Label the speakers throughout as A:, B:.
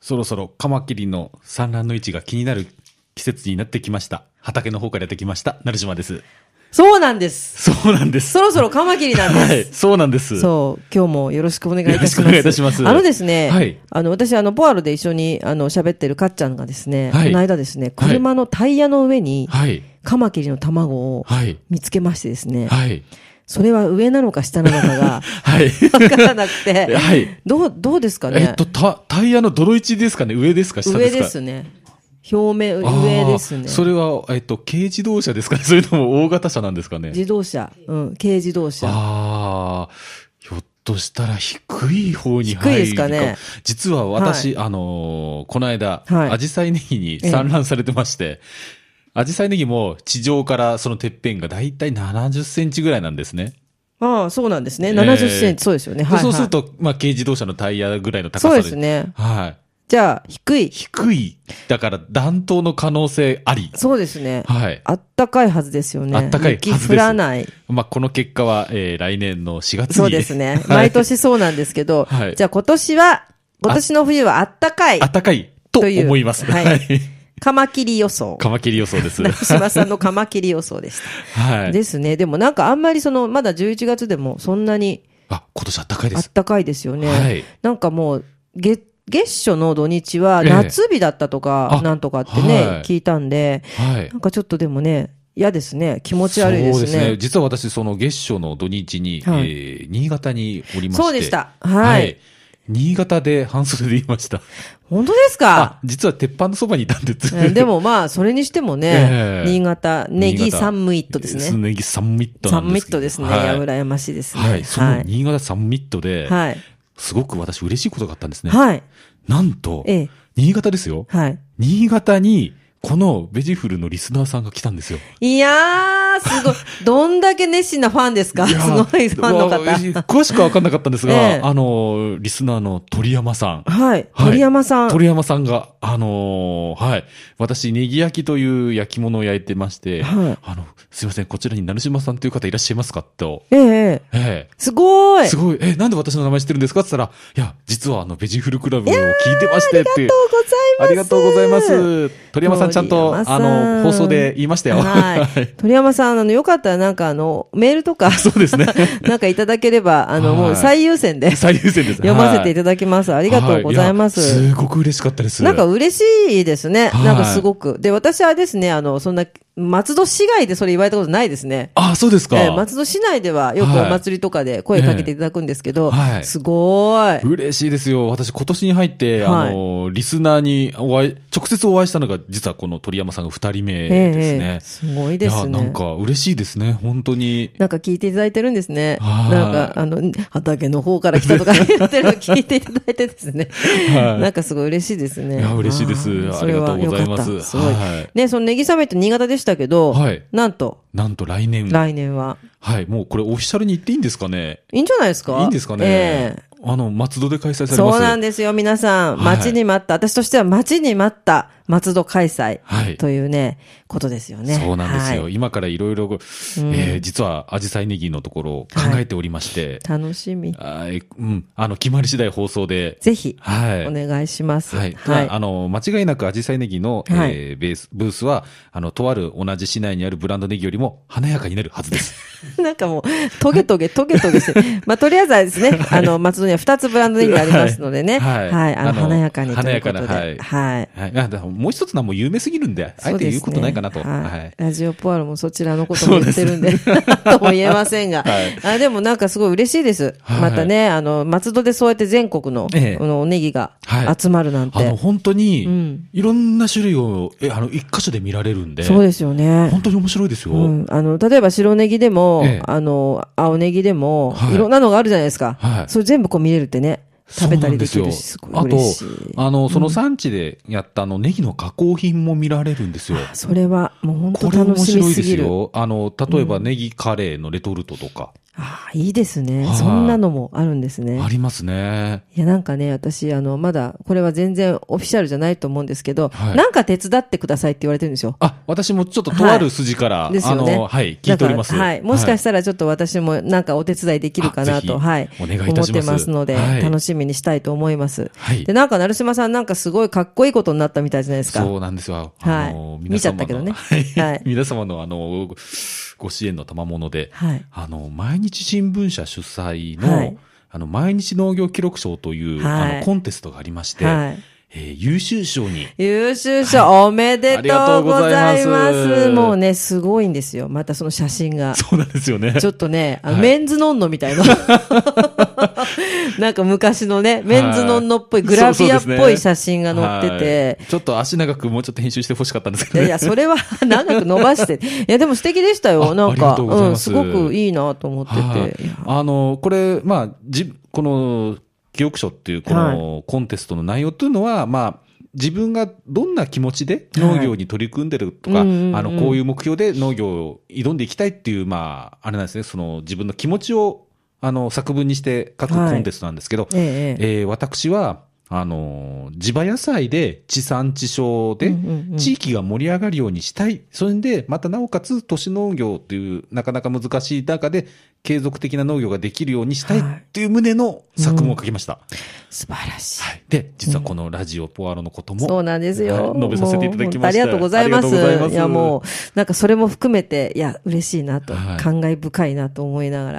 A: そろそろカマキリの産卵の位置が気になる季節になってきました。畑の方からやってきました。成島です。
B: そうなんです。
A: そうなんです。
B: そろそろカマキリなんです。
A: はい、そうなんです。
B: そう、今日もよろしくお願いいたします。
A: よろしくお願いいたします
B: あのですね、
A: はい
B: あの私、あのポアロで一緒にあの喋ってるかっちゃんがですね、
A: はい
B: この間ですね、車のタイヤの上に、
A: はい。
B: カマキリの卵を
A: はい。
B: 見つけましてですね、
A: はい。
B: それは上なのか下なのかが
A: はい。
B: 分からなくて、
A: はい
B: どうどうですかね、
A: えっと、たタイヤの泥位置ですかね上ですか下で
B: 上
A: すか
B: ですね、表面、
A: あー
B: 上ですね、
A: それは、えっと、軽自動車ですかねそれとも大型車なんですかね
B: 自動車、うん、軽自動車、
A: ああ、ひょっとしたら低い方に入る
B: 低いですかね
A: 実は私、あのーこの間、
B: はい
A: アジサイネギに産卵されてまして、アジサイネギも地上からそのてっぺんがだいたい70センチぐらいなんですね。
B: ああそうなんですね、70センチ、そうですよね、
A: で
B: はいはい
A: そうすると、まあ、軽自動車のタイヤぐらいの高さ
B: そう
A: で。
B: です。ね、
A: はい。
B: じゃあ、低い、
A: 低い。だから、暖冬の可能性あり。
B: そうですね。
A: はい。
B: あったかいはずですよね。
A: あったかいはずです
B: 雪降らない。
A: まあ、この結果は、えー来年の4月に。。
B: そうですね 毎年そうなんですけど、
A: はい
B: じゃあ今年は、今年の冬はあったかい
A: あ、ったかいと
B: という
A: 思います。
B: はい
A: はい。
B: カマキリ予想。
A: カマキリ予 想です。
B: 成島さんのカマキリ予想でした。
A: はい。
B: ですね。でもなんかあんまりその、まだ11月でもそんなに
A: あ、今年あったかいで
B: あっ
A: す。
B: たかいですよね。
A: はい
B: なんかもう、月、月初の土日は
A: ええ
B: 夏日だったとか、
A: あ
B: なんとかってね、
A: はい
B: 聞いたんで、
A: はい
B: な。んかちょっとでもね、嫌ですね。気持ち悪いです
A: そう
B: ね。
A: ですね。実は私、その月初の土日に、
B: はい
A: えー新潟におりまして。
B: そうでしたはい
A: 新潟で半袖でいました。
B: 本当ですか
A: あ、実は鉄板のそばにいたんです。
B: えーでもまあ、それにしてもね
A: え、え
B: 新潟、ネギ
A: 新潟
B: サンムイットです ね。
A: ネギサンミット
B: サ
A: な
B: ン
A: ん
B: ミ
A: で
B: ッ
A: す
B: ト
A: けど
B: ですね。い
A: はい
B: や、羨ましいですね。
A: はい。そ
B: は
A: の
B: い。
A: 新潟サンミットで、
B: はい。
A: すごく私嬉しいことがあったんですね。
B: はい。
A: なんと、
B: ええ。
A: 新潟ですよ。
B: はい。
A: 新潟に、このベジフルのリスナーさんが来たんですよ。
B: いやー、す ごい。どんだけ熱心なファンですかす
A: や
B: ごいファンの
A: わ嬉しい
B: 方。
A: 詳しくは分かんなかったんですが、
B: ええ
A: あの、リスナーの鳥山さん。
B: はい。鳥山さん。
A: 鳥山さんが、あのーはい。私、ネギ焼きという焼き物を焼いてまして、
B: はい
A: あの、すいません、こちらに成島さんという方いらっしゃいますかと。
B: えええ
A: え
B: え。すご
A: え。
B: い。
A: すごい。え、なんで私の名前知ってるんですかって言ったら、いや、実はあの、ベジフルクラブを聞いてましてっていう。ありがとうございます。鳥山さんちゃんと、
B: 鳥山さ
A: あ
B: ん
A: の、放送で言いましたよ。
B: はい。鳥山さん、あの、よかったらなんかあの、メールとか、
A: そうですね。
B: なんかいただければ、あの、も
A: は
B: う
A: い
B: 最優先で
A: 最優先です。
B: 読ませていた
A: だき
B: だきます。あ
A: あ
B: りがとうございます。
A: すごく嬉しかったです。
B: なんか嬉しいですね。
A: はい
B: なんかすごく。で、私はですね、あの、そんな、松戸市外でそれ言われたことないですね。
A: あ、そうですか。
B: えー松戸市内ではよく
A: はい
B: お祭りとかで声かけていただくんですけど、
A: ええはい
B: すごーい。
A: 嬉しいですよ。私、今年に入って、
B: はい
A: あの、リスナーにお会い、直接お会いしたのが、実はこの鳥山さんが二人目で
B: え
A: す
B: ええ
A: ね
B: え。すごいです
A: いや、な
B: ね
A: ん。か嬉しいですね、本当に。
B: なんか聞いていただいてるんですね。
A: はい
B: なんか、あの、畑の方から来 たとか言ってるの聞いていただいてですね。
A: はい
B: なんかすごい嬉しいですね。
A: いや嬉しいです
B: ー
A: ありがとうござい
B: それはよ
A: ます
B: かったすごい
A: はい。
B: ね、そのネギサミット新潟でしたけど、
A: はい
B: なんと、
A: なんと来年、
B: 来年は。
A: はい、もうこれオフィシャルに言っていいんですかね
B: いいんじゃないですか
A: いいんですかね、
B: ええ
A: あの、松戸で開催されます。
B: そうなん
A: で
B: ですよ、皆さん。
A: はい
B: 待ちに待った、私としては待ちに待った松戸開催
A: はい
B: というね、ことですよね。
A: そうなんですよ。
B: はい
A: 今からいろいろ、えー実は、アジサイネギのところを考えておりまして、
B: 楽しみ。
A: あーえうん、あの、決まり次第放送で、
B: ぜひ、
A: はい。
B: お願いします。
A: はい。ただあの、間違いなくアジサイネギの、
B: はい
A: えーベース、ブースは、あの、とある同じ市内にあるブランドネギよりも華やかになるは ずです。
B: なんかもう、トゲトゲ、トゲトゲ して。まあ、とりあえずはですね、あの、松戸には2つブランドネギがありますのでね。
A: はいはい
B: あの、
A: あの
B: 華やかにと
A: 華
B: いう
A: や
B: こ
A: か
B: と
A: な
B: で。
A: はい
B: はい。
A: はい。あだからもう一つのはもう有名すぎるんで、あえて言うことないかなと。
B: そうですね
A: はい。
B: ラジオポアロもそちらのことも言ってるんで、 とも言えませんが、あ。でもなんかすごい嬉しいです。
A: はい
B: またね、あの、松戸でそうやって全国の、
A: ええ
B: あのおネギが
A: はい
B: 集まるなんて。
A: あの、本当
B: う
A: に
B: ん、
A: いろんな種類を、え、あの、一箇所で見られるんで、
B: そうですよね。
A: 本当に面白いですよ。
B: うん、あの例えば白ネギでも、
A: ええ
B: あの青ネギでも、
A: はい
B: いろんなのがあるじゃないですか、
A: はい
B: それ全部こう見れるってね、食べたりできるし、す
A: そう
B: ご
A: ないんで
B: 嬉
A: す
B: し
A: よ
B: い。
A: あと、あの、その産地でやったあの、ネギの加工品も見られるんですよ。
B: それは、もう本
A: こ
B: 当
A: れ面
B: 楽しみ
A: 白い
B: す
A: です
B: ぎる。
A: よ。あの、例えばネギカレーのレトルトとか、
B: ああ、いいですね
A: は。い
B: そんなのもあるんですね
A: あ。りますね。
B: いや、なんかね、私、あの、まだ、これは全然オフィシャルじゃないと思うんですけど、
A: はい
B: なんか手伝ってくださいって言われてるんですよ。
A: あ、私もちょっととある筋から、
B: です
A: あ
B: よね。
A: の、はい、聞いております。
B: だからはい。もしかしたらちょっと私もなんかお手伝いできるかなと、
A: あ
B: は
A: ぜ
B: い。
A: ひお願いいたしま
B: 思
A: す
B: ってますので、
A: はい
B: 楽しみにしたいと思います。
A: はい
B: で、なんか、成島さんなんかすごいかっこいいことになったみたいじゃないですか。
A: そうなんですよ。
B: はい
A: あの
B: 見ちゃったけどね
A: はい
B: はい
A: 皆様の、あの、ごご支援の賜物で、
B: はい
A: あの、毎日新聞社主催
B: は
A: の
B: い、
A: あの、毎日農業記録賞という、
B: はい
A: あの、コンテストがありまして、
B: はい
A: えー優秀賞に、
B: 優秀賞おめでとうございま
A: ありがとうございます
B: す。もうね、すごいんですよ。またその写真が。
A: そうなんですよ ね。
B: ちょっとね、あの
A: はい
B: メンズノンノみたいな。 なんか昔のね、メンズノンノっぽい、
A: は
B: グラビアっ
A: そうそう
B: ぽ
A: で
B: い
A: すね
B: 写真が載ってて
A: は、いちょっと足長くもうちょっと編集してほしかったんですけ
B: い
A: ど
B: や
A: ね。
B: いや、それは 長く伸ばして。いや、でも素敵でしたよ。
A: あ
B: なん
A: ありが
B: か、
A: とうございます
B: すごくいいなと思って
A: はい
B: て。いや
A: あの、これ、まあ、じ、この、記憶書っていうこのコンテストの内容というのは、まあ、自分がどんな気持ちで農業に取り組んでるとか、
B: はいうんうんうん
A: あの、こういう目標で農業を挑んでいきたいっていう、まあ、あれなんですね、その自分の気持ちを、あの、作文にして書くコンテストなんですけど、
B: ええ。
A: えー私は、あのー地場野菜で地産地消で
B: うんうんうん
A: 地域が盛り上がるようにしたい。それで、またなおかつ都市農業というなかなか難しい中で継続的な農業ができるようにしたい
B: はい
A: っていう旨の作文を書きました。はい
B: 素晴らしい。
A: で、実はこのラジオポアロのことも、
B: そうなんですよ。
A: はい述べさせていただきました
B: もう本当ありがとうございます。
A: ありがとうございます
B: や、もう、なんかそれも含めて、いや、嬉しいなと、
A: はい
B: 感慨深いなと思いながら。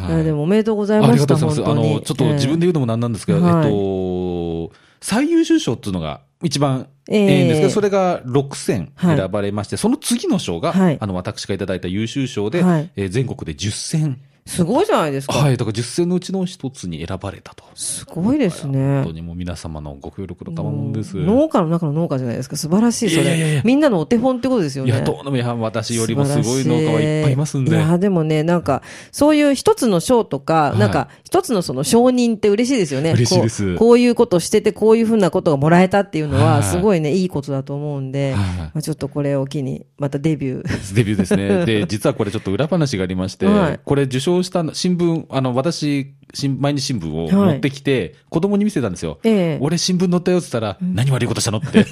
A: はい
B: いやでも、おめでとうござい
A: あ
B: ま
A: りが
B: し
A: と
B: た、
A: うござい
B: 本
A: ま
B: 当
A: す。あ
B: に。
A: の、ちょっと自分
B: で、
A: で言うのもなんなんですけど、
B: はい
A: えっと、最優秀賞っていうのが一番、
B: え
A: え
B: え
A: えんですけど、それが6選
B: はい
A: 選ばれまして、その次の賞が、
B: はい
A: あの、私がいただいた優秀賞で、
B: はい
A: えー全国で10選。
B: すごいじゃないですか。
A: はい、だから10選のうちの一つに選ばれたと。
B: すごいですね
A: 本当。にもう皆様のご協力の賜物です。
B: 農家の中の農家じゃないですか。素晴らしい、そ
A: いやいやい
B: れ
A: や。
B: みんなのお手本ってことですよ
A: い
B: ね。
A: や、どうのみは私よりもすごい農家はいっぱいいますんで。
B: 素晴らしいいや、でもね、なんか、そういう一つの賞とか、
A: はい
B: なんか、一つのその承認って嬉しいですよね。
A: 嬉しいです
B: こうこういうことしてて、こういうふうなことがもらえたっていうの
A: は
B: は、
A: い
B: すごいね、いいことだと思うんで、
A: はい
B: まあちょっとこれを機に、またデビュー。
A: デビューですね。で、実はこれちょっと裏話がありまして、
B: はい
A: これ受賞したの新聞、あの、私、新毎日新聞を
B: はい
A: 持ってきて、子供に見せたんですよ。
B: ええ
A: 俺新聞載ったよって言ったら、何悪いことした のって。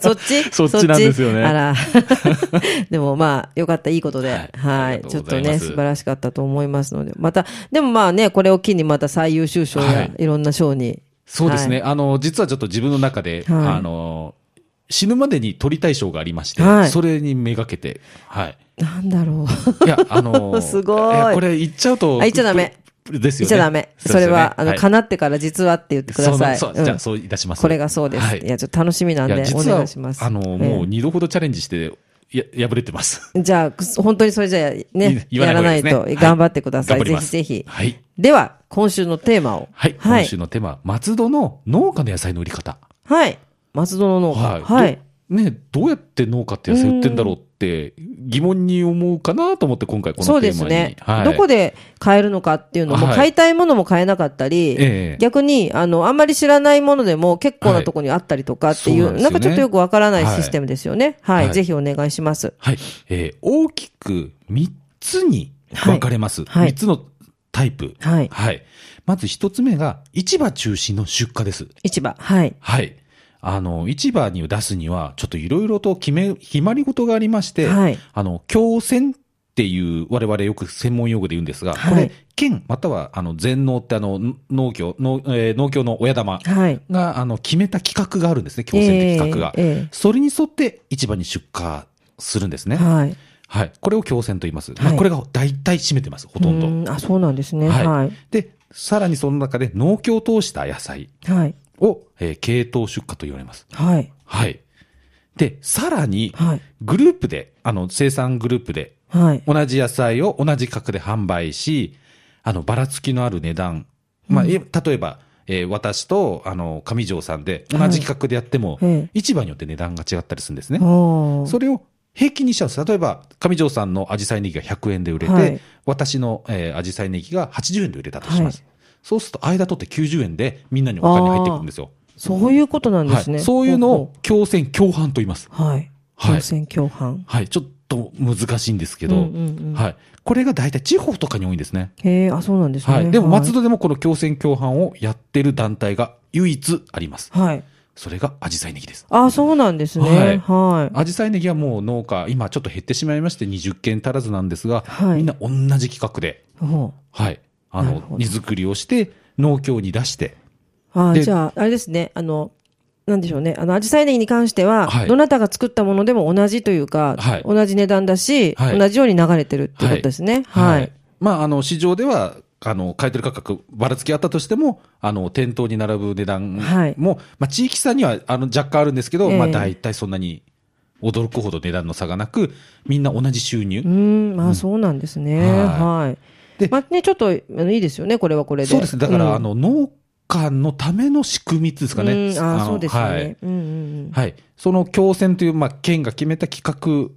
B: そっち
A: そっちなんですよね
B: あ ら。でもまあ、よかった、いいことで。
A: はい
B: は
A: あ
B: い。
A: りが
B: ち
A: と
B: ょ
A: う
B: っ
A: ござ
B: と
A: います
B: ね、素晴らしかったと思いますので。また、でもまあね、これを機にまた最優秀賞
A: は
B: や
A: い、
B: いろんな賞に。
A: そうですね。あの、実はちょっと自分の中で、
B: はい
A: あの、死ぬまでに取りたい賞がありまして、
B: はい
A: それにめがけて、はい。
B: なんだろう。
A: いや、あ の、
B: すごい
A: やこれ言っちゃうと。
B: あ言っちゃダメ
A: プ。プですよね。
B: 言っちゃダメ。それは、あの、
A: か
B: 叶ってから実はって言ってください。
A: そう
B: う
A: そ
B: ん
A: う、じゃあそういたします。
B: これがそうです。
A: はい
B: い、や、ちょっと楽しみなん
A: いや
B: で、お
A: 実は
B: 願いします。
A: あの、
B: ええ
A: もう二度ほどチャレンジして、や、破れてます。
B: じゃあ、くす本当にそれじゃあね、
A: 言わ
B: や
A: な
B: ら
A: い方が
B: ない
A: い
B: い
A: ですね
B: と、頑張ってください。
A: 頑張り
B: ぜ
A: ま
B: ひ
A: す
B: ぜひ。
A: はい。
B: では、今週のテーマを。
A: はい。
B: は
A: 今
B: い
A: 週。のテーマ、松戸の農家の野菜の売り方。
B: はい松戸の農家。
A: ど
B: はい。。
A: ね、どうやって農家って野菜売ってんだろうって疑問に思うかなと思って今回このテー
B: そ
A: マ
B: う
A: に。
B: ですね、
A: はい、
B: どこで買えるのかっていうのも、
A: はい
B: 買いたいものも買えなかったり、
A: ええ
B: 逆に、あの、あんまり知らないものでも結構なとこにあったりとかっていう、
A: は
B: なんか
A: いそうなんで
B: ち
A: すよね
B: ょっとよくわからないシステムですよね。はい。
A: はい
B: ぜひお願いします。
A: はい。えー大きく3つに分かれます。
B: はいはい
A: 3つのタイプ。
B: はい
A: まず1つ目が、市場中心の出荷です。
B: 市場。はい。
A: はい。あの、市場に出すには、ちょっといろいろと決め、決まり事がありまして、
B: はい
A: あの、強選っていう、我々よく専門用語で言うんですが、
B: はい
A: これ、県、または、あの、全農ってあの、農業、農、えー農協の親玉
B: はい。
A: が、あの、決めた企画があるんですね、強選って企画が。
B: ええええ
A: それに沿って市場に出荷するんですね。はい。
B: はい。
A: これを強選と言います。まあ
B: はい
A: これが大体占めてます、ほとんど。
B: ど。あ、そうなんですね。
A: はい
B: はい。
A: で、さらにその中で農協を通した野菜
B: はい。
A: を、えー、系統出荷と言われます。
B: はい。
A: はい。で、さらに、
B: はい。
A: グループで、あの、生産グループで、
B: はい。
A: 同じ野菜を同じ価格で販売し、あの、ばらつきのある値段。まあ、え例えば、えー私と、あの、上条さんで、同じ企画でやっても、
B: はいえ
A: 市場によって値段が違ったりするんですね。
B: おー
A: それを平均にしちゃうんです。例えば、上条さんのアジサイネギが100円で売れて、
B: はい
A: 私の、えー、アジサイネギが80円で売れたとします。そうすると間取って90円でみんなにお金入ってくるんですよ。
B: そういうことなんですね。
A: はい、そういうのを強制共犯と言います。
B: ほうほう。はい。
A: はい
B: 強制共犯。
A: はい、ちょっと難しいんですけど、
B: うんうんうん
A: はい、これが大体地方とかに多いんですね。
B: へえ、あ、そうなんですね。
A: はい、でも松
B: 戸。
A: 戸でもこの強制共犯をやってる団体が唯一あります。
B: はい。
A: それがアジサイネギです。
B: あ、そうなんですね。はい。
A: アジサイネギはもう農家、今ちょっと減ってしまいまして20件足らずなんですが、
B: はい
A: みんな同じ企画で、
B: ほう
A: はい、あ
B: なるほど
A: の、荷造りをして、農協に出して、
B: あー
A: で
B: じゃあ、あれですね、あの、なんでしょうね、あの、アジサイネギに関しては、
A: はい
B: どなたが作ったものでも同じというか、
A: はい
B: 同じ値段だし、
A: はい
B: 同じように流れてるっていうことですね。はい。
A: まあ、あの、市場では、あの、買い取り価格、ばらつきあったとしても、あの、店頭に並ぶ値段も、
B: はい
A: まあ、地域差には、あの、若干あるんですけど、
B: ええ
A: まあ、大体そんなに驚くほど値段の差がなく、みんな同じ収入。
B: うーん、まあ、そうなんですね。
A: は
B: はい。
A: で
B: まあね、ちょっと、あのいいですよね、これはこれで。
A: そうですね。だから、
B: うん
A: あ、の、農家のための仕組みですかね。
B: うん、あー
A: の
B: そうですよね。
A: はい
B: うんうん
A: はい。その共選という、まあ、県が決めた企画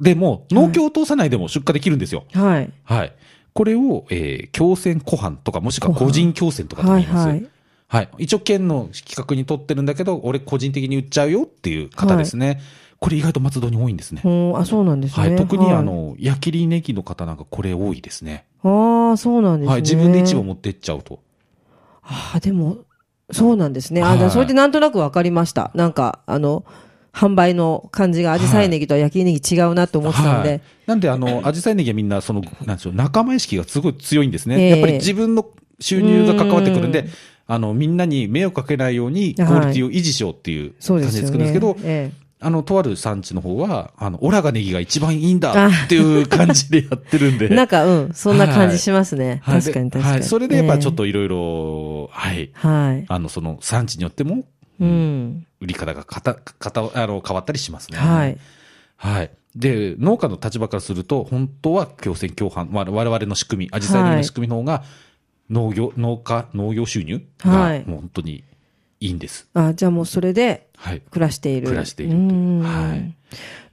A: でも、農協を通さないでも出荷できるんですよ。
B: うん。はい。
A: はい。これを、えー、共選湖畔とか、もしくは個人共選とかと
B: は
A: 言
B: い
A: います。は、
B: はいい。
A: 一応、県の企画に取ってるんだけど、俺個人的に売っちゃうよっていう方ですね。これ意外と松戸に多いんですね。
B: ほうあ、そうなんです
A: は
B: ね。
A: い。特に、あ、の、焼きりネギの方なんかこれ多いですね。
B: ああ、そうなんですね。
A: はい。自分で一部持ってっちゃうと。
B: ああ、でも、そうなんですね。あ、だか
A: は
B: ら
A: い
B: それでなんとなくわかりました。なんか、あの、販売の感じが、アジサイネギとは焼きネギ違うなと思ってたん
A: はい
B: で。、
A: なんで、あの、アジサイネギはみんな、その、なんでしょう、仲間意識がすごい強いんですね。
B: ええ
A: やっぱり自分の収入が関わってくるんで、あの、みんなに迷惑かけないように、クオリティを維持しようっていう
B: そう
A: 感
B: で
A: じ
B: す
A: で
B: よ
A: 作るん
B: ね。
A: ですけど、
B: ええ
A: あの、とある産地の方は、あの、オラがネギが一番いいんだっていう感じでやってるんで。
B: なんか、うん、そんな感じしますね。
A: はい
B: 確かに
A: で
B: 確かに。
A: はい。それでやっぱちょっ
B: と。
A: といろいろ、はい。
B: はい。
A: あの、その産地によっても、
B: うん。
A: 売り方がかた、かた、あの、変わったりしますね。
B: はい。
A: はい。で、農家の立場からすると、本当は共戦共犯、わ我々の仕組み、アジサイの仕組みの方が、農業、農家、農業収入
B: は
A: が
B: い、
A: もう本当にいいんです。
B: あ、じゃあもうそれで
A: はい。
B: 暮らしている。
A: 暮らしていると
B: う。
A: いうんはい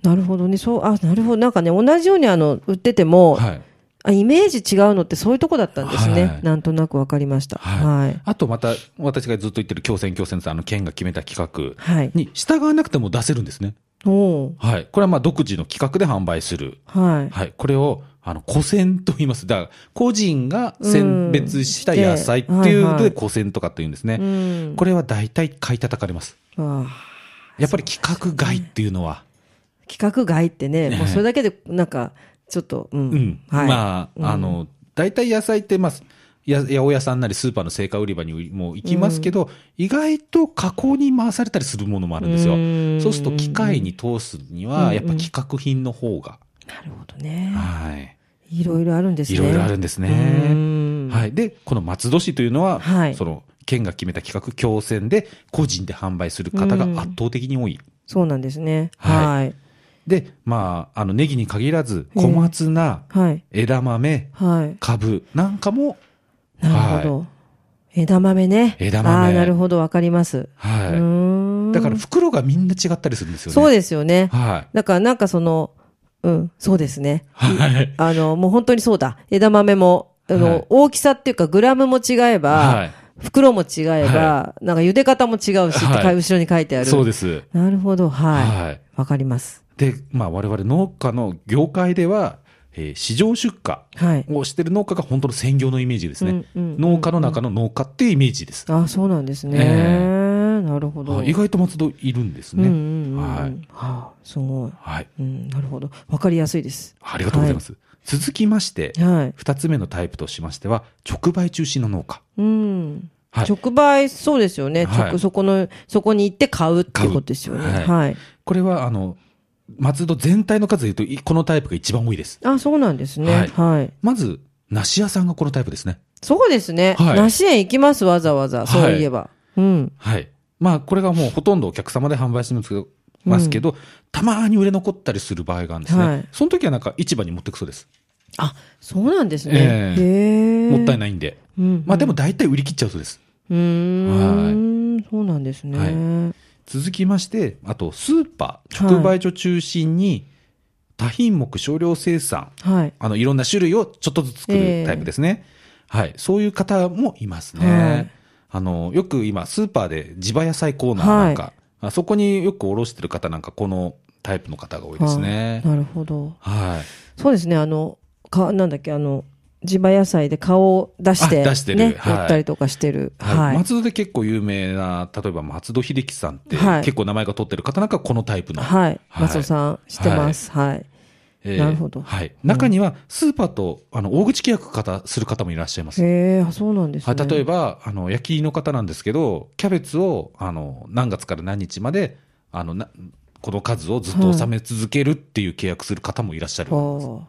B: なるほどね。そう、あ、なるほど。なんかね、同じようにあの、売ってても、
A: はい。
B: あイメージ違うのってそういうとこだったんですね。
A: はい
B: なんとなくわかりました。
A: は
B: はいい。。
A: あとまた、私がずっと言ってる共戦共戦ってあの、県が決めた企画
B: はい。
A: に従わなくても出せるんですね。
B: おお
A: はい。これはまあ、独自の企画で販売する。
B: ーはい。
A: はい。これを、あの、個選と言います。だから、個人が選別した野菜っていうので、個選とかっていうんですね。
B: うん。
A: これは大体買い叩かれます。
B: あ
A: やっぱり規格外っていうのは、
B: ー企画外ってね、
A: ね
B: もうそれだけで、なんか、ちょっと、うん。
A: うん。
B: はい。
A: まあ、あの、大体野菜って、まあ、や八百屋さんなりスーパーの青果売り場にも行きますけど、意外と加工に回されたりするものもあるんですよ
B: うん。
A: そうすると機械に通すに
B: う
A: は、
B: ん
A: やっぱ規格品の方が、
B: なるほどね。
A: はい。
B: いろいろあるんですね。
A: いろいろあるんです
B: う
A: ね。
B: ん
A: はい。で、この松戸市というのは、
B: はい
A: その、県が決めた企画、共選で、個人で販売する方が圧倒的に多い。
B: そうなんですね。は。
A: はいで、まあ、あの、ネギに限らず、小松菜、
B: はい。
A: 枝豆、
B: はい。
A: カブなんかも、
B: なるほど。枝豆ね。
A: 枝豆
B: ああ、なるほど、わかります。う
A: は
B: ーん
A: い。だから袋がみんな違ったりするんですよね。
B: そう
A: で
B: ですよね。
A: はい。
B: だからなんかその、うん、そうですね。
A: はい。
B: あの、もう本当にそうだ。枝豆も、あの、
A: はい
B: 大きさっていうかグラムも違えば、
A: はい
B: 袋も違えば、なんか茹で方も違うしってか、
A: はい
B: 後ろに書いてある。
A: そうです。
B: なるほど、はい。わ、
A: はい。
B: かります。
A: で、まあ我々農家の業界では、えー市場出荷
B: はい。
A: をしてる農家が本当の専業のイメージですね。
B: うんうんうん
A: 農家の中の農家っていうイメージです。
B: あ、そうなんですね。
A: え
B: なるほど。
A: はい意外と松戸いるんです
B: うんう
A: ね。
B: んうんうん
A: はい。
B: はあ、すごい。
A: はい。
B: うん、なるほど。わかりやすいです。
A: ありがとうございます。続きまして、
B: はい。
A: 二つ目のタイプとしましては、直売中心の農家。
B: うん。
A: はい。
B: 直売、そうですよね。
A: はい
B: 直、そこの、そこに行って買うっていうことですよね。
A: 買う
B: はい。
A: これは、あの、松戸全体の数で言うとい、このタイプが一番多いです。
B: あ、そうなんですね。は。
A: はいいまず、梨屋さんがこのタイプですね。
B: そうですね。
A: はい
B: 梨園行きます、わざわざ。そういえば。うん。
A: はい。まあ、これがもうほとんどお客様で販売してるんですけど、ますけど、たまーに売れ残ったりする場合があるんですね。
B: はい
A: その時はなんか市場に持ってくそうです。
B: あ、そうなんですね。
A: ええ
B: へえ。
A: もったい
B: い。
A: ないんで。
B: うん。
A: まあ、でも大体売り切っちゃうそうです。
B: うーん。そうなんですね。
A: は続きまして、あと、スーパー、直売所中心に、多品目少量生産、
B: はい。
A: あの、いろんな種類をちょっとずつ作るタイプですね。はい、そういう方もいますね。
B: はい
A: あのよく今、スーパーで地場野菜コーナーなんか、
B: は
A: あそこによく卸してる方なんか、このタイプの方が多いですね。
B: なるほど。
A: はい、
B: そうですね、あの、か、なんだっけ、あの、地場野菜で顔を出して、
A: あ出してる
B: ね、
A: はい
B: やったりとかしてる。
A: は
B: はいい。
A: 松戸で結構有名な、例えば松戸秀樹さんって、
B: はい
A: 結構名前が取ってる方なんかこのタイプの、
B: はい。
A: はい
B: 松尾さん、知ってます。はい。
A: え
B: なるほど
A: はい、中にはスーパーとあの大口契約方する方もいらっしゃいます。
B: へえ、あそうなんです
A: は
B: ね。
A: い、例えばあの焼きの方なんですけどキャベツをあの何月から何日まであのなこの数をずっと納め続けるっていう契約する方もいらっしゃる、
B: ああ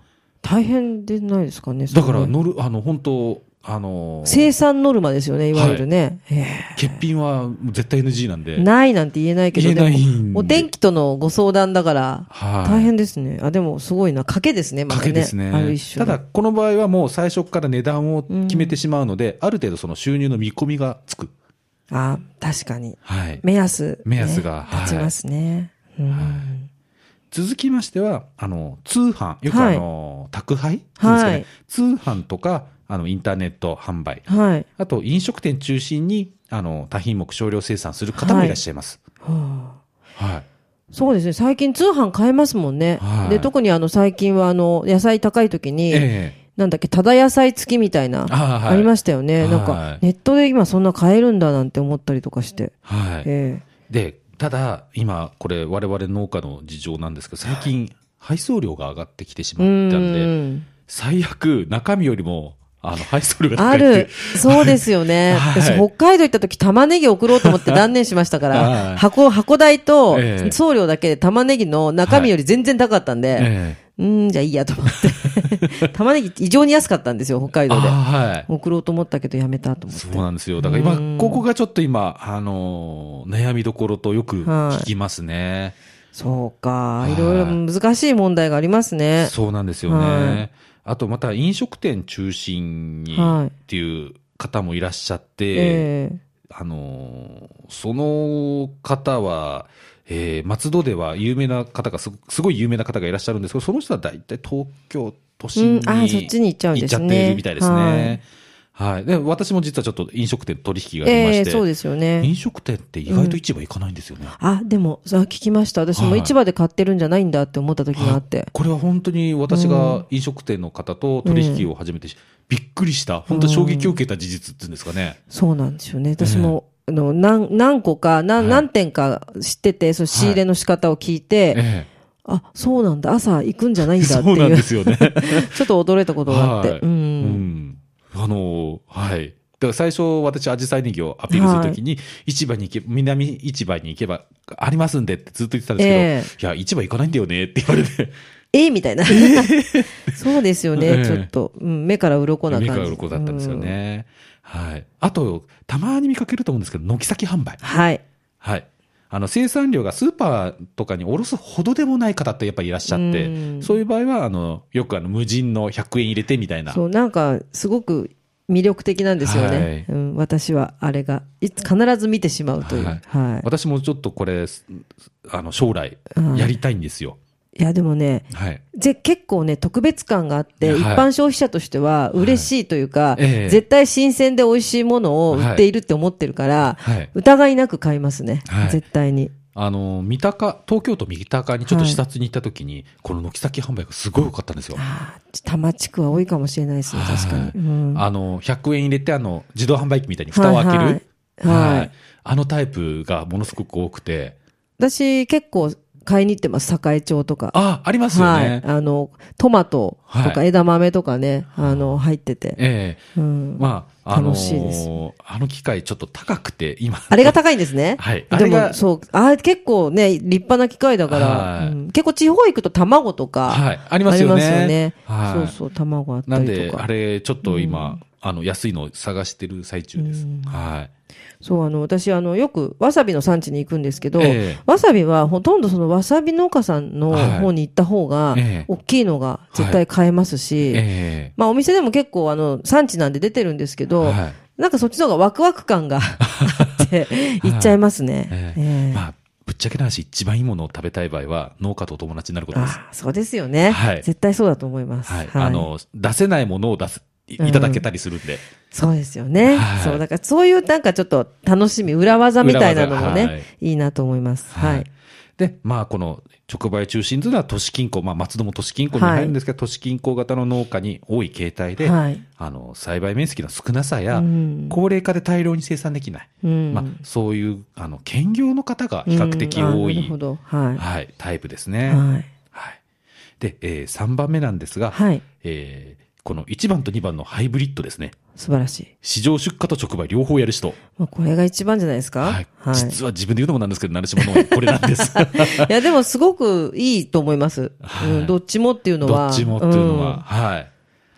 B: 大変でないですかね。それ
A: だ
B: ね
A: から乗るあの本当あの
B: 生産ノルマですよね、いわゆるね。へ
A: 欠品は絶対 NG なん
B: え
A: で、
B: ないなんて言えないけど、
A: 言え
B: で
A: な
B: も
A: いんで
B: お天気とのご相談だから、
A: はい、
B: 大変ですね。あ、でもすごいな。賭けですね、また
A: 賭
B: ね。
A: けですね
B: ある一種
A: た
B: の。
A: だこの場合はもう最初から値段を決めてしまうので、ある程度その収入の見込みがつく、
B: あ確かに。
A: はい、
B: 目安、
A: 目安が
B: ね立ちますね。うん
A: 続きましてはあの通販よく
B: は
A: あ
B: い
A: の、宅配っていうんですかね
B: はい
A: 通販とかあのインターネット販売
B: はい。
A: あと飲食店中心にあの多品目少量生産する方もいらっしゃいます。
B: はあ
A: はい、
B: そうですね。最近通販買えますもんね。
A: はい
B: で、特にあの最近はあの、野菜高い時に、
A: ええ
B: なんだっけ、ただ野菜付きみたいな、
A: あはい
B: ありましたよね。
A: はい
B: なんか、ネットで今そんな買えるんだなんて思ったりとかして。
A: はい。
B: え
A: でただ今これ我々農家の事情なんですけど最近配送料が上がってきてし
B: え
A: まったん
B: う
A: で
B: ん
A: 最悪中身よりもあの配送料が高
B: あ
A: いっていう
B: る。そうですよね。
A: はい
B: 私、北海道行った時、玉ねぎ送ろうと思って断念しましたか
A: は
B: ら、
A: い
B: 箱、箱代と
A: ええ
B: 送料だけで玉ねぎの中身より全然高かったんで、
A: ええ
B: うーん、じゃあいいやと思 って。玉ねぎ異常に安かったんですよ、北海道で。
A: あはい。
B: 送ろうと思ったけどやめたと思っ
A: そ
B: て
A: う。なんですよ。だから今、ここがちょっと今、あのー悩みどころとよく聞きますね。
B: そうか。
A: はい
B: いろいろ難しい問題がありますね。
A: そうなんですよね。
B: はい
A: あとまた飲食店中心に
B: はい
A: っていう方もいらっしゃって、
B: ええ
A: あのーその方は、えー松戸では有名な方がす、すごい有名な方がいらっしゃるんですけど、その人は大体東京都心に、
B: うんあーそっちに行っちゃうんですね
A: 行っちゃっているみたいですね。はい、で、私も実はちょっと飲食店取引がありま
B: え
A: し
B: え
A: て、
B: そうですよね
A: 飲。食店って意外と市場行かないんですよね。
B: あ、でも、さ聞きました。私も
A: はい
B: 市場で買ってるんじゃないんだって思った時があって。
A: これは本当に私が飲食店の方と取引を始めて、びっくりした、本当衝撃を受けた事実っていうんですかね。
B: そうなんですよね。私も、あの、何、何個か、何、
A: はい
B: 何点か知ってて、その仕入れの仕方を聞いて、
A: え
B: あ、そうなんだ。朝行くんじゃない
A: え、
B: んだって
A: そうなん
B: い
A: で
B: う。
A: すよね。
B: ちょっと驚いたことがあって。
A: はい。
B: う。
A: うんん。あのー、はい。だから最初私、アジサイネギをアピールするときに、市場に行け、南市場に行けばありますんでってずっと言ってたんですけど、
B: え
A: いや、市場行かないんだよねって言われ て、
B: えみたいな。 そうですよ
A: え
B: ね。
A: え
B: ちょっと、うん、目から鱗な感
A: 目
B: じ。
A: が鱗だったんですよね。はい。あと、たまに見かけると思うんですけど、軒先販売
B: うん。。はい。
A: はい。あの生産量がスーパーとかに卸すほどでもない方ってやっぱりいらっしゃっ
B: うん
A: て、そういう場合は、あの、よくあの、無人の100円入れてみたいな。
B: そう、なんか、すごく魅力的なんですよね。
A: は
B: うん、私は、あれが、いつ、必ず見てしまうという。は
A: はいい。私もちょっとこれ、すあの、将来
B: はい、
A: やりたいんですよ。
B: いや、でもね、
A: はい。
B: ぜ結構ね、特別感があって、
A: はい
B: 一般消費者としては嬉しいというか、
A: ええ
B: 絶対新鮮で美味しいものを売っているって思ってるから、
A: はい。
B: 疑いなく買いますね、
A: はい
B: 絶対に。
A: あの、三鷹、東京都三鷹にちょっと視察に行った時に、この軒先販売がすごい良かったんですよ。
B: あー多摩地区は多いかもしれないですね、確かに
A: はい。
B: うん
A: あの、100円入れて、あの、自動販売機みたいに蓋を開ける。
B: はいはいはい
A: あのタイプがものすごく多くて。
B: 私、結構買いに行ってます、栄町とか。
A: あ、ありますよ
B: はい
A: ね。。
B: あの、トマトとか
A: はい
B: 枝豆とかね、あの、入ってて。
A: え
B: う
A: え
B: ん
A: まあ、あの
B: 楽しいです
A: あの機械ちょっと高くて、今。
B: あれが高いんですね。
A: はいあ
B: で
A: れが
B: も、そう。あれ結構ね、立派な機械だから、
A: はい
B: うん結構地方行くと卵とか、
A: はいありますよね
B: ありますよね。
A: はい
B: そうそう、卵あっ
A: な
B: た
A: ん
B: り
A: で
B: と、
A: あ
B: か。
A: れ、ちょっと今、あの、安いのを探してる最中です。は
B: そう、あの、私、あの、よく、わさびの産地に行くんですけど、
A: ええ
B: わさびはほとんどそのわさび農家さんの
A: はい
B: 方に行った方が
A: ええ、
B: 大きいのが絶対買えますし、
A: い。え
B: まあお店でも結構あの、産地なんで出てるんですけ
A: え
B: ど、
A: はい。
B: なんかそっちの方がワクワク感が あって、行っちゃいますね。
A: ええ
B: ええ
A: まあ、ぶっちゃけな話、一番いいものを食べたい場合は、農家とお友達になることです。
B: ああそうですよね、
A: はい
B: 絶対そうだと思います。
A: はい。あの、出せないものを出す。いいただけたりするんで。
B: そうですよね。
A: はい
B: そう、だからそういうなんかちょっと楽しみ、裏技みたいなのもね、、
A: 裏技はい
B: いなと思います。はい。
A: で、まあ、この直売中心というのは都市近郊、まあ、松戸も都市近郊に入るんですけど、都市近郊型の農家に多い形態で、
B: はい
A: あの、栽培面積の少なさや、
B: うん
A: 高齢化で大量に生産できない、
B: うん
A: まあ、そういう、あの、兼業の方が比較的
B: うんあ
A: 多、
B: ないるほど。は
A: はい、タイプで
B: い。
A: すね。
B: はい。
A: はい。で、え3番目なんですが、
B: はい。
A: えーこの1番と2番のハイブリッドですね。
B: 素晴らしい。
A: 市場出荷と直売両方やる人。
B: まあ、これが一番じゃないですか。
A: はい。実は自分で言うのもなんですけど、成島農園、これなん です。
B: いや、でもすごくいいと思います。
A: はい
B: うん、どっちもっていうの
A: ど
B: は。
A: っちもっていうのは、
B: ん
A: はい。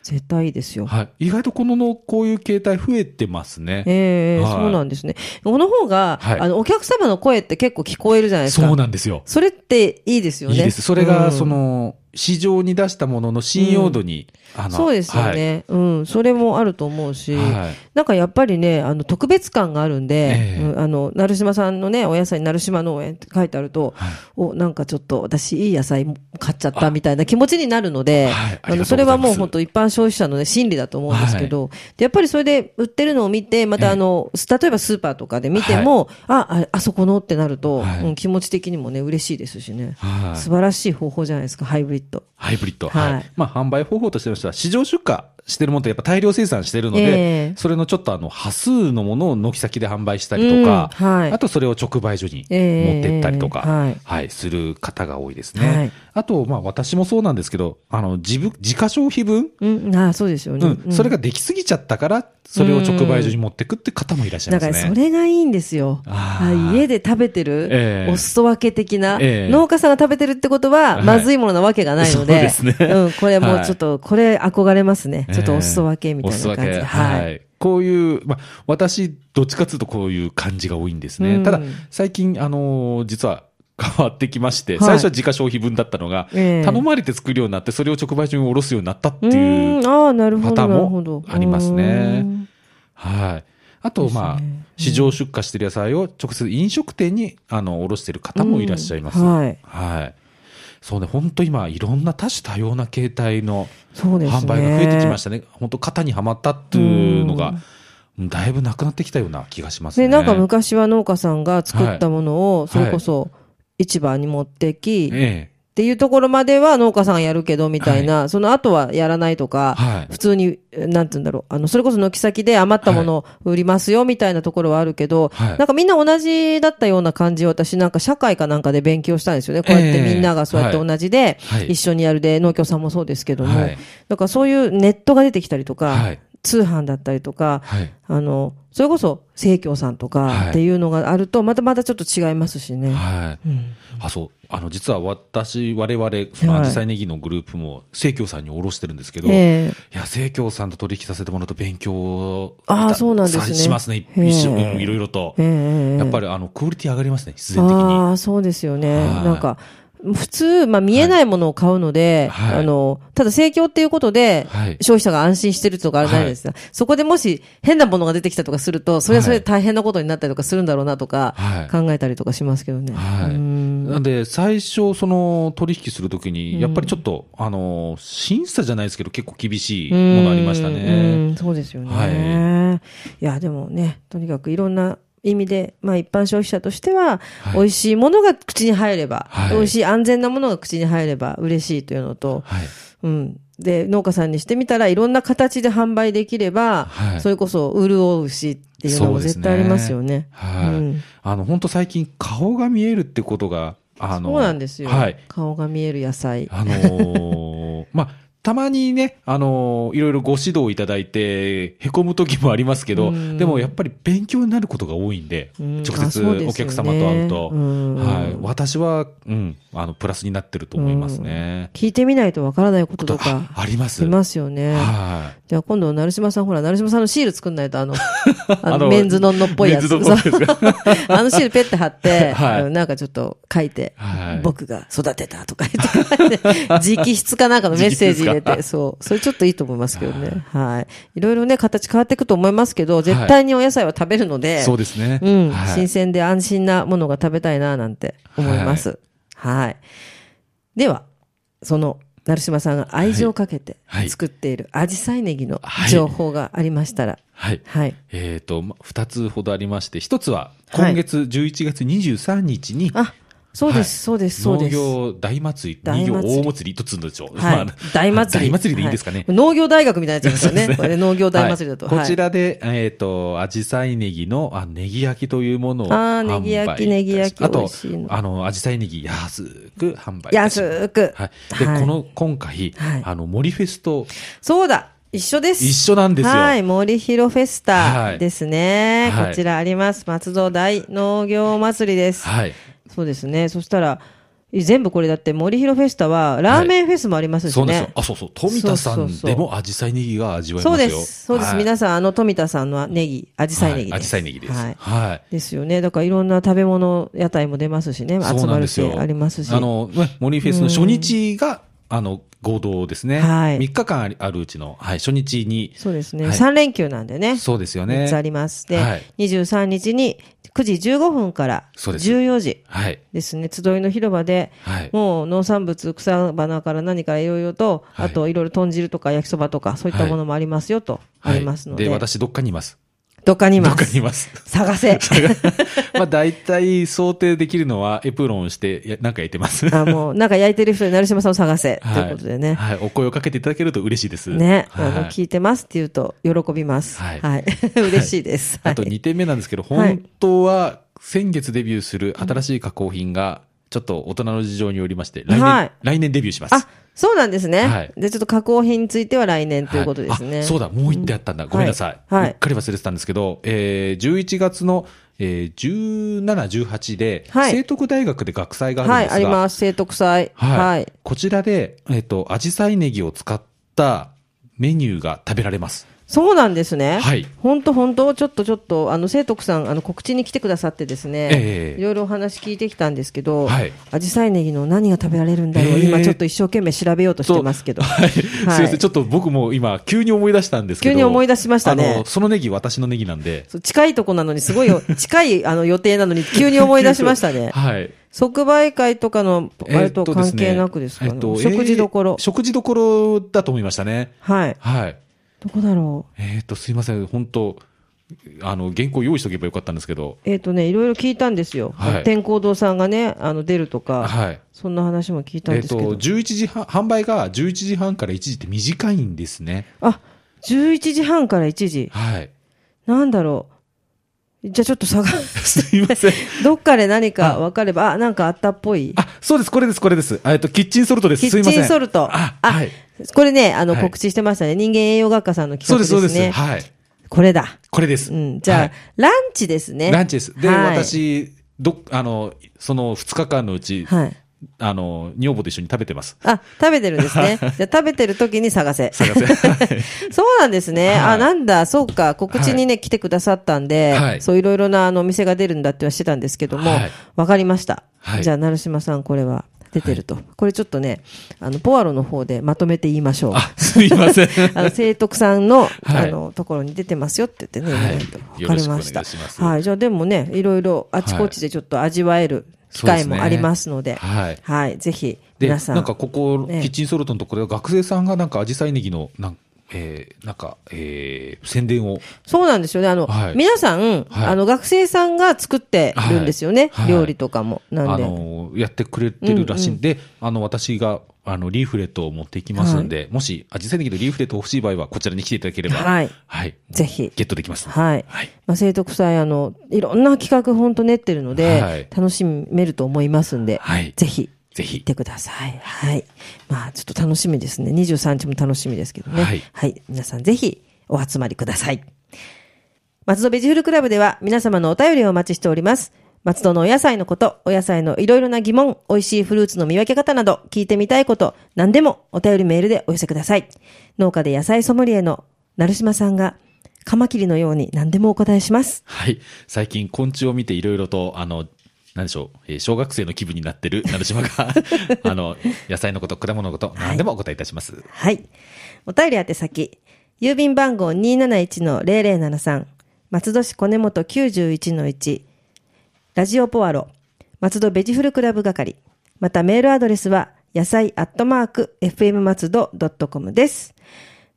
B: 絶対いいですよ。
A: はい。意外とこのの、こういう形態増えてますね。
B: ええ
A: はい
B: そうなんですね。この方が、
A: はい
B: あの、お客様の声って結構聞こえるじゃないですか。
A: そうなんですよ。
B: それっていいですよ
A: い
B: ね。
A: いです。それ
B: う
A: が、
B: ん
A: その、市場に出したものの信用度に、あの
B: そうですよ。ね、うん。それもあると思うし、
A: はい
B: なんかやっぱりね、あの、特別感があるんで、
A: ええ
B: うんあの、成島さんのね、お野菜、成島農園って書いてあると、
A: はい
B: お、なんかちょっと私いい野菜買っちゃったみたいな気持ちになるので、
A: はい
B: あ
A: あり
B: の、
A: がとうございます
B: それはもう本当一般消費者のね、心理だと思うんですけど、でやっぱりそれで売ってるのを見て、またあの、例えばスーパーとかで見ても、あ、あ、あそこのってなると、
A: はい
B: うん気持ち的にもね、嬉しいですしね、
A: はい。はい
B: 素晴らしい方法じゃないですか、ハイブリッド。
A: ハイブリッド。
B: はい
A: はい。まあ、販売方法としてましては、市場出荷してるものってやっぱ大量生産してるの
B: ええ
A: で、それのちょっとあの、端数のものを軒先で販売したりとか、
B: うんはい
A: あとそれを直売所に持っ
B: ええ
A: てったりとか、
B: はい
A: はい、する方が多いです
B: は
A: ね
B: い。
A: あと、まあ、私もそうなんですけど、あの、自分、自家消費分、
B: うん、あそうですよね。
A: うん、それができすぎちゃったから、それを直売所に持ってくって方もいらっしゃい
B: だ
A: ます
B: か
A: ね。
B: らそれがいいんですよ。
A: あ
B: あ
A: ー
B: 家で食べてる、
A: ええ
B: お裾分け的な、
A: ええ
B: 農家さんが食べてるってことは、
A: はい
B: まずいものなわけがないので、
A: そうですね
B: ん、これもうちょっと、これ憧れますね。ちょっとお裾分けみたいな感じ。
A: お裾分け
B: はい。
A: はい。こういう、まあ、私、どっちかというとこういう感じが多いんですね。
B: うん
A: ただ、最近、あのー実は、変わってきまして、
B: い
A: 最初は自家消費分だったのが、
B: ええ
A: 頼まれて作るようになって、それを直売所に卸すようになったって
B: う
A: いう、
B: ーん、ああ、なるほ
A: パ
B: ど、
A: ターン
B: なるほど
A: も。ありますね
B: うーん。
A: はい。あと、まあ、
B: ですねうん
A: 市場出荷してる野菜を直接飲食店に、あの、卸してる方もいらっしゃいます。
B: うんはい
A: はい。そうね、本当今、いろんな多種多様な形態の、
B: そうですね。
A: 販売が増えてきましたね。本当肩にはまったっていうのが、だいぶなくなってきたような気がしますね。
B: で、なんか昔は農家さんが作ったものを、
A: い
B: それこそ、市場に持ってき、
A: え
B: っていうところまでは農家さんがやるけどみたいな、その後はやらないとか、
A: はい
B: 普通に、えなんて言うんだろう、あの、それこそ軒先で余ったものを売りますよみたいなところはあるけど、
A: はい
B: なんかみんな同じだったような感じを私なんか社会かなんかで勉強したんですよね。こうやって
A: ええ
B: みんながそうやって同じで、
A: はい
B: 一緒にやるで、農協さんもそうですけども、
A: はい
B: だからそういうネットが出てきたりとか、
A: はい
B: 通販だったりとか
A: え、はい。
B: あの、それこそ、生協さんと
A: は
B: か
A: い
B: っていうのがあると、またまたちょっと違いますしね。
A: はい。あ、そう。あの、実は私、我々、その、アジサイネギのグループも、生協さんに卸してるんですけど、い
B: ええ
A: や、生協さんと取引させてもらうと勉強を
B: あーそうなんですね
A: さします
B: へ
A: ね。
B: え
A: 一緒、うんいろいろと
B: え。え
A: やっぱり、あの、クオリティ上がりますね、必然的に。
B: ああ、そうですよね。
A: はい
B: なんか、普通、まあ見えないものを買うので、
A: はいは
B: あ
A: い
B: の、ただ盛況っていうことで、
A: はい
B: 消費者が安心してるとかあれじゃないですか、そこでもし変なものが出てきたとかすると、それはそれで大変なことになったりとかするんだろうなとか、
A: はい
B: 考えたりとかしますけどね。
A: はい。なんで、最初、その、取引するときに、やっぱりちょっと、あの、審査じゃないですけど、結構厳しいものありました
B: う
A: ね。
B: んそうですよね。、
A: はい
B: や、でもね、とにかくいろんな意味で、まあ一般消費者としては、美味しいものが口に入れば、
A: はい
B: 美味しい安全なものが口に入れば嬉しいというのと、
A: はい。
B: うん。で、農家さんにしてみたらいろんな形で販売できれば、
A: はい
B: それこそ潤うしっていうのも絶対ありますよね。
A: はい。
B: うん
A: あの、本当最近、顔が見えるってことが、あの、
B: そうなんですよ、
A: はい。
B: 顔が見える野菜。
A: あのー まあ、たまにね、あのーいろいろご指導いただいて、へこむ時もありますけど、
B: うん
A: でもやっぱり勉強になることが多いんで、
B: うん
A: 直
B: あ
A: 接
B: そうですよね
A: お客様と会うと、
B: うん
A: はい、私は、うん、あの、プラスになってると思いますね。
B: 聞いてみないとわからないことと
A: あ
B: か、
A: あります。
B: いますよね。
A: は
B: じゃあ今度、成島さん、ほら、成島さんのシール作んない と、あの、あの
A: あの
B: メンズノンのっぽいやつ。
A: メンズノンのっぽいや
B: あのシールペッて貼って、
A: はい
B: あのなんかちょっと書いて、
A: はい
B: 僕が育てたとか言って書いて、 直筆かなんかのメッセージ入れ
A: 直筆
B: て、そう。それちょっといいと思いますけどね。はい。いろいろね、形変わっていくと思いますけど、絶対にお野菜は食べるので、
A: い。そうですね。
B: うん、
A: はい
B: 新鮮で安心なものが食べたいな、なんて思います。はい。では、その成島さんが愛情をかけて
A: はい
B: 作っているアジサイネギの情報がありましたら、
A: はい。
B: はい。
A: えっ、と、ま2つほどありまして、1つは、
B: はい
A: 今月11月23日に、
B: あ、そうです、そうです、そう
A: 農
B: です。
A: 業大祭り、
B: 大祭
A: 農
B: り
A: 業大祭りとつんだでしょう。
B: はい
A: まあ。
B: 大祭り。
A: 大祭りでいいですかね。
B: はい農業大学みたいなやつですよ
A: そうで
B: ね。
A: す
B: これね農業大祭りだと。
A: はい
B: はい
A: こちらで、えっ、と、アジサイネギの、あ、ネギ焼きというものを販
B: あー
A: 売いた
B: ネ
A: し。
B: ギ焼きネギ焼き
A: あ
B: 美
A: と
B: 味しい、の
A: あの、アジサイネギ安く販売いたします。
B: 安く。
A: はい。で、
B: はい
A: この、今回、
B: はい
A: あの、森フェスと
B: そうだ一緒です
A: 一緒なんですよ。
B: はい、森広フェス
A: は
B: タ
A: い
B: ですね。
A: はい
B: こちらあります。松戸大農業祭りです。
A: はい。
B: そうですね。そしたら、全部これだって森広フェスタはラーメンフェスもありますし
A: そうなんです
B: ね
A: よ。。あ、そうそう。富田さ
B: そ
A: ん
B: うそうそう
A: でもアジサイネギが味わえ
B: そう
A: ます
B: で
A: よ。
B: す。そうです。
A: はい
B: 皆さん、あの、富田さんのネギ、アジサイネギです。
A: はい、アジサイネギです。
B: は
A: はいい。
B: ですよね。だからいろんな食べ物、屋台も出ますしね。
A: そ
B: 集
A: うな
B: ま
A: ん
B: る
A: です
B: し、
A: よ。
B: ありますし。
A: あの、ねモニフェスの初日が、あの、合同ですね。
B: はい
A: 3日間ありあるうちの、はい、初日に。
B: そうですね。
A: はい
B: 3連休なんでね。
A: そうですよ
B: 3
A: ね
B: つ。あります。で、
A: はい
B: 23日に9時15分から
A: そうです
B: 14時
A: はい。
B: ですね、集いの広場で、
A: はい。
B: もう農産物、草花から何からいろいろと、
A: はい
B: あといろいろ豚汁とか焼きそばとか、そういったものもありますよと、ありますの
A: はい
B: で、
A: で、私、どっかにいます。
B: どっかにい
A: どっ
B: ま
A: か
B: す。
A: に います。
B: 探せ。
A: まあ、大体想定できるのは、エプロンして、やなんかいてます。
B: あもう、なんか焼いてる人に成島さんを探せ、
A: はい
B: ということでね。
A: はい。お声をかけていただけると嬉しいです。
B: ね、
A: はい
B: あの、聞いてますって言うと喜びます。は。
A: はいい
B: 嬉しいです。
A: あと
B: はい
A: 2点目なんですけど、
B: はい
A: 本当は先月デビューする新しい加工品が、ちょっと大人の事情によりまして、来年、
B: はい
A: 来年デビューします。
B: あ、そうなんですね、
A: はい
B: で、ちょっと加工品については来年
A: はい
B: ということですね。
A: あそうだ、もう1点あったんだ。ごめんなさい。
B: はいはいう
A: っかり忘れてたんですけど、えー、11月の、えー、17、18で、
B: はい
A: 聖徳大学で学祭があ
B: は
A: るん
B: い、
A: で
B: あ
A: す
B: り
A: が、
B: ます。生徳祭。
A: はい
B: はい。
A: こちらで、えっ、と、アジサイネギを使ったメニューが食べられます。
B: そうなんですね。
A: はい
B: 本当本当ちょっとちょっと、あの、生徳さん、あの、告知に来てくださってですね、
A: ええ
B: いろいろお話聞いてきたんですけど、
A: はい
B: アジサイネギの何が食べられるんだろう、
A: ええ
B: 今ちょっと一生懸命調べようとしてますけど。
A: はい。すいません。ちょっと僕も今、急に思い出したんですけど。
B: 急に思い出しましたね
A: あの、そのネギ、私のネギなんで。
B: そう近いとこなのに、すごいよ 近いあの予定なのに、急に思い出しましたね。
A: はい。
B: 即売会とかの、あれと
A: えーです
B: 関
A: ね
B: 係なくですかね。
A: えっと
B: お食事どころ
A: えー。食事どころだと思いましたね。
B: はい。
A: はい。
B: どこだろう。
A: えーっと、すいません。本当あの、原稿用意しとけばよかったんですけど。
B: えっ、とね、いろいろ聞いたんですよ。
A: はい
B: 天光堂さんがね、あの、出るとか、
A: はい。
B: そんな話も聞いたん
A: えー
B: で
A: っ
B: すけ
A: と、
B: ど。
A: 11時半、販売が11時半から1時って短いんですね。
B: あ、11時半から1時。
A: はい。
B: なんだろう。じゃあちょっと探す。
A: すいません。
B: どっかで何か分かれば、あ、なんかあったっぽい。
A: あ、そうです、これです、これです。えーっと、キッチンソルトです。
B: キ
A: すい
B: ッ
A: ません。
B: チンソルト。
A: あ、
B: あ
A: はい。
B: これね、あの、
A: はい
B: 告知してましたね。人間栄養学科さんの
A: そう
B: 企画
A: です、そう
B: で
A: ですす。
B: ね。
A: はい。
B: これだ。
A: これです。
B: うん。じゃあ、
A: はい
B: ランチですね。
A: ランチです。で、
B: はい、
A: 私、ど、あの、その2日間のうち、
B: はい。
A: あの、女房と一緒に食べてます。
B: あ、食べてるんですね。じゃあ食べてる時に探せ。
A: 探せ。はい
B: そうなんですね。
A: はい
B: あ、なんだ、そうか。告知にね、来てくださったんで、
A: はい
B: そういろいろなあのお店が出るんだってはしてたんですけども、わ、
A: はい
B: かりました。
A: はい
B: じゃあ、成島さん、これは出てると。これちょっとね、あの、ポアロの方でまとめて言いましょう。
A: あ、すい ません。
B: あの、聖徳さんの、 あ
A: はい
B: の、ところに出てますよって言ってね、言わ
A: はい
B: ないとわかりました。
A: よろしくお願いします
B: はい。じゃあ、でもね、いろいろあちこちでちょっと味わえる機会もありますので、
A: そうですねはい
B: はい。ぜひ、
A: で、
B: 皆さん。
A: なんかここ、
B: ええ
A: キッチンソルトのところでは学生さんがなんかアジサイネギの、なんえーなんか、えー宣伝を。
B: そうなんですよね。あの、
A: はい
B: 皆さん、
A: はい
B: あの、学生さんが作ってるんですよね。
A: はいはい
B: 料理とかも。なん
A: あ
B: で。
A: のやってくれてるらしいんで、あの私があのリーフレットを持っていきますんで、もしアジサイネギのリーフレット欲しい場合はこちらに来ていただければ、
B: はいぜひ。
A: ゲットできます。
B: はい。
A: はい
B: まあ、生徳祭、あの、いろんな企画本当練ってるので、
A: はい
B: 楽しめると思いますんで、
A: はい
B: ぜひ。
A: ぜひ
B: 行ってください。はい。まあ、ちょっと楽しみですね。23日も楽しみですけどね。
A: はい
B: 皆さんぜひお集まりください。松戸ベジフルクラブでは皆様のお便りをお待ちしております。松戸のお野菜のこと、お野菜のいろいろな疑問、美味しいフルーツの見分け方など、聞いてみたいこと、何でもお便りメールでお寄せください。農家で野菜ソムリエの成島さんが、カマキリのように何でもお答えします。
A: はい。最近、昆虫を見ていろいろと、あの、何でしょう、えー小学生の気分になってる、成 島が、あの、野菜のこと、果物のこと、何でもお答えいたします。
B: はい。お便り宛先、郵便番号271-0073、松戸市小根本91-1、ラジオポアロ、松戸ベジフルクラブ係、またメールアドレスは、野菜アットマーク FM 松戸 .com です。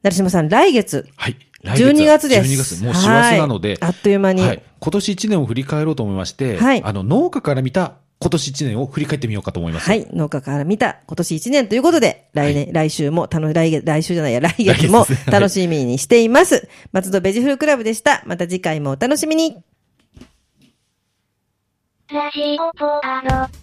B: 成島さん、来月。
A: はい。
B: 12月です。
A: 12月。もう師走なので
B: はい、あっという間に。
A: はい、今年1年を振り返ろうと思いまして、
B: はい
A: あの農家から見た今年1年を振り返ってみようかと思います。
B: は。い。農家から見た今年1年ということで、来年、来週も、たの、来月、来週じゃないや、来月も
A: 来月ですねはい
B: 楽しみにしています。松戸ベジフルクラブでした。また次回もお楽しみに。
C: ラジオポアド。